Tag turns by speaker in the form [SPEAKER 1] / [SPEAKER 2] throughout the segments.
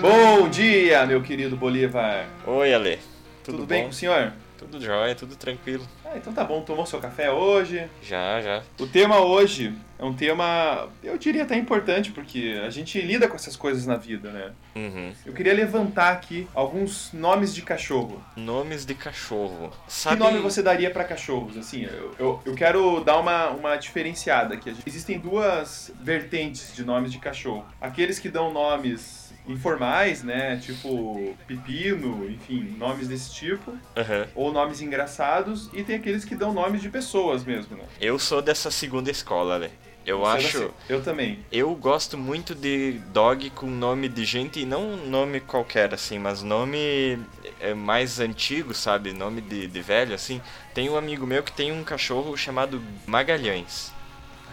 [SPEAKER 1] Bom dia, meu querido Bolívar.
[SPEAKER 2] Oi, Ale.
[SPEAKER 1] Tudo,
[SPEAKER 2] Tudo,
[SPEAKER 1] bem
[SPEAKER 2] bom?
[SPEAKER 1] com o senhor?
[SPEAKER 2] Tudo jóia, tudo tranquilo.
[SPEAKER 1] Ah, então tá bom, tomou seu café hoje.
[SPEAKER 2] Já, já.
[SPEAKER 1] O tema hoje é um tema, eu diria até importante, porque a gente lida com essas coisas na vida, né?
[SPEAKER 2] Uhum.
[SPEAKER 1] Eu queria levantar aqui alguns nomes de cachorro.
[SPEAKER 2] Nomes de cachorro. Sabe...
[SPEAKER 1] Que nome você daria pra cachorros? Assim, eu, eu, eu quero dar uma, uma diferenciada aqui. A gente- Existem duas vertentes de nomes de cachorro. Aqueles que dão nomes informais, né? Tipo pepino, enfim, nomes desse tipo.
[SPEAKER 2] Aham.
[SPEAKER 1] ou nomes engraçados, e tem aqueles que dão nomes de pessoas mesmo, né?
[SPEAKER 2] Eu sou dessa segunda escola, Ale. Eu
[SPEAKER 1] Sendo
[SPEAKER 2] acho...
[SPEAKER 1] assim, Eu também.
[SPEAKER 2] Eu gosto muito de dog com nome de gente, e não nome qualquer, assim, mas nome é, mais antigo, sabe? Nome de, de velho, assim. Tem um amigo meu que tem um cachorro chamado Magalhães.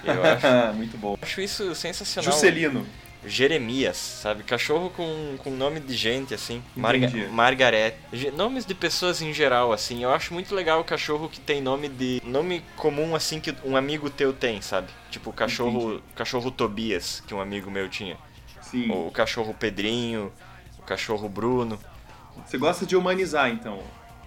[SPEAKER 2] Eu acho,
[SPEAKER 1] Muito bom.
[SPEAKER 2] acho isso sensacional.
[SPEAKER 1] Juscelino.
[SPEAKER 2] Jeremias, sabe? Cachorro com, com nome de gente, assim.
[SPEAKER 1] Entendi.
[SPEAKER 2] Marga Margarete. Ge- Nomes de pessoas em geral, assim. Eu acho muito legal o cachorro que tem nome de. Nome comum, assim, que um amigo teu tem, sabe? Tipo, o cachorro, cachorro Tobias, que um amigo meu tinha.
[SPEAKER 1] Sim.
[SPEAKER 2] Ou o cachorro Pedrinho, o cachorro Bruno.
[SPEAKER 1] Você gosta de humanizar, então.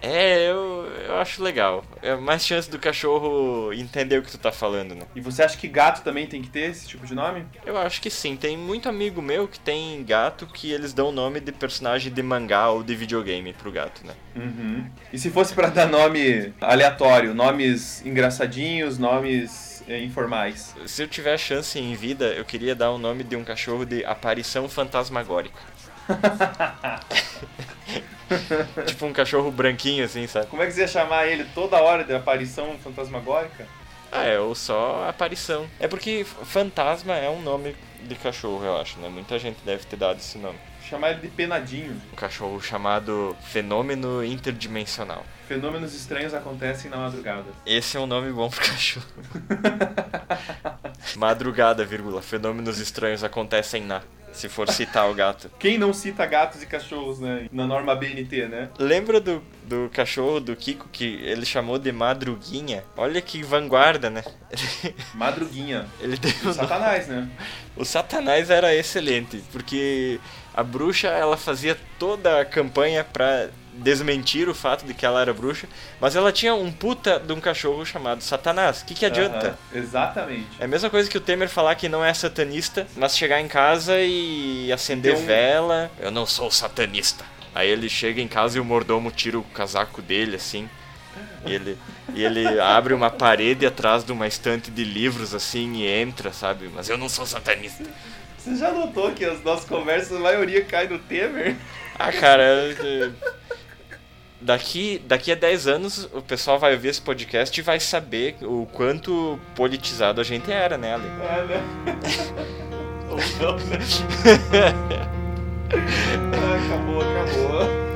[SPEAKER 2] É, eu, eu acho legal. É mais chance do cachorro entender o que tu tá falando, né?
[SPEAKER 1] E você acha que gato também tem que ter esse tipo de nome?
[SPEAKER 2] Eu acho que sim. Tem muito amigo meu que tem gato que eles dão o nome de personagem de mangá ou de videogame pro gato, né?
[SPEAKER 1] Uhum. E se fosse pra dar nome aleatório, nomes engraçadinhos, nomes eh, informais?
[SPEAKER 2] Se eu tiver chance em vida, eu queria dar o nome de um cachorro de aparição fantasmagórica. tipo um cachorro branquinho, assim, sabe?
[SPEAKER 1] Como é que você ia chamar ele toda hora de aparição fantasmagórica?
[SPEAKER 2] Ah, é, ou só aparição. É porque fantasma é um nome de cachorro, eu acho, né? Muita gente deve ter dado esse nome.
[SPEAKER 1] Chamar ele de penadinho.
[SPEAKER 2] Um cachorro chamado Fenômeno Interdimensional.
[SPEAKER 1] Fenômenos estranhos acontecem na madrugada.
[SPEAKER 2] Esse é um nome bom pro cachorro. Madrugada, vírgula. Fenômenos estranhos acontecem na. Se for citar o gato.
[SPEAKER 1] Quem não cita gatos e cachorros, né? Na norma BNT, né?
[SPEAKER 2] Lembra do, do cachorro do Kiko que ele chamou de Madruguinha? Olha que vanguarda, né?
[SPEAKER 1] Madruguinha.
[SPEAKER 2] Ele deu o nome-
[SPEAKER 1] Satanás, né?
[SPEAKER 2] O Satanás era excelente, porque a bruxa ela fazia toda a campanha pra desmentir o fato de que ela era bruxa, mas ela tinha um puta de um cachorro chamado Satanás. O que, que adianta?
[SPEAKER 1] Aham, exatamente.
[SPEAKER 2] É a mesma coisa que o Temer falar que não é satanista, mas chegar em casa e acender
[SPEAKER 1] Então-
[SPEAKER 2] vela. Eu não sou satanista. Aí ele chega em casa e o mordomo tira o casaco dele, assim. E ele, e ele abre uma parede atrás de uma estante de livros, assim, e entra, sabe? Mas eu não sou satanista.
[SPEAKER 1] Você já notou que as nossas conversas, a maioria cai no Temer?
[SPEAKER 2] Ah, cara. eu- Daqui, daqui a 10 anos o pessoal vai ouvir esse podcast e vai saber o quanto politizado a gente era, né, Ale?
[SPEAKER 1] Ah, né? Ou não, né? Ah, acabou, acabou.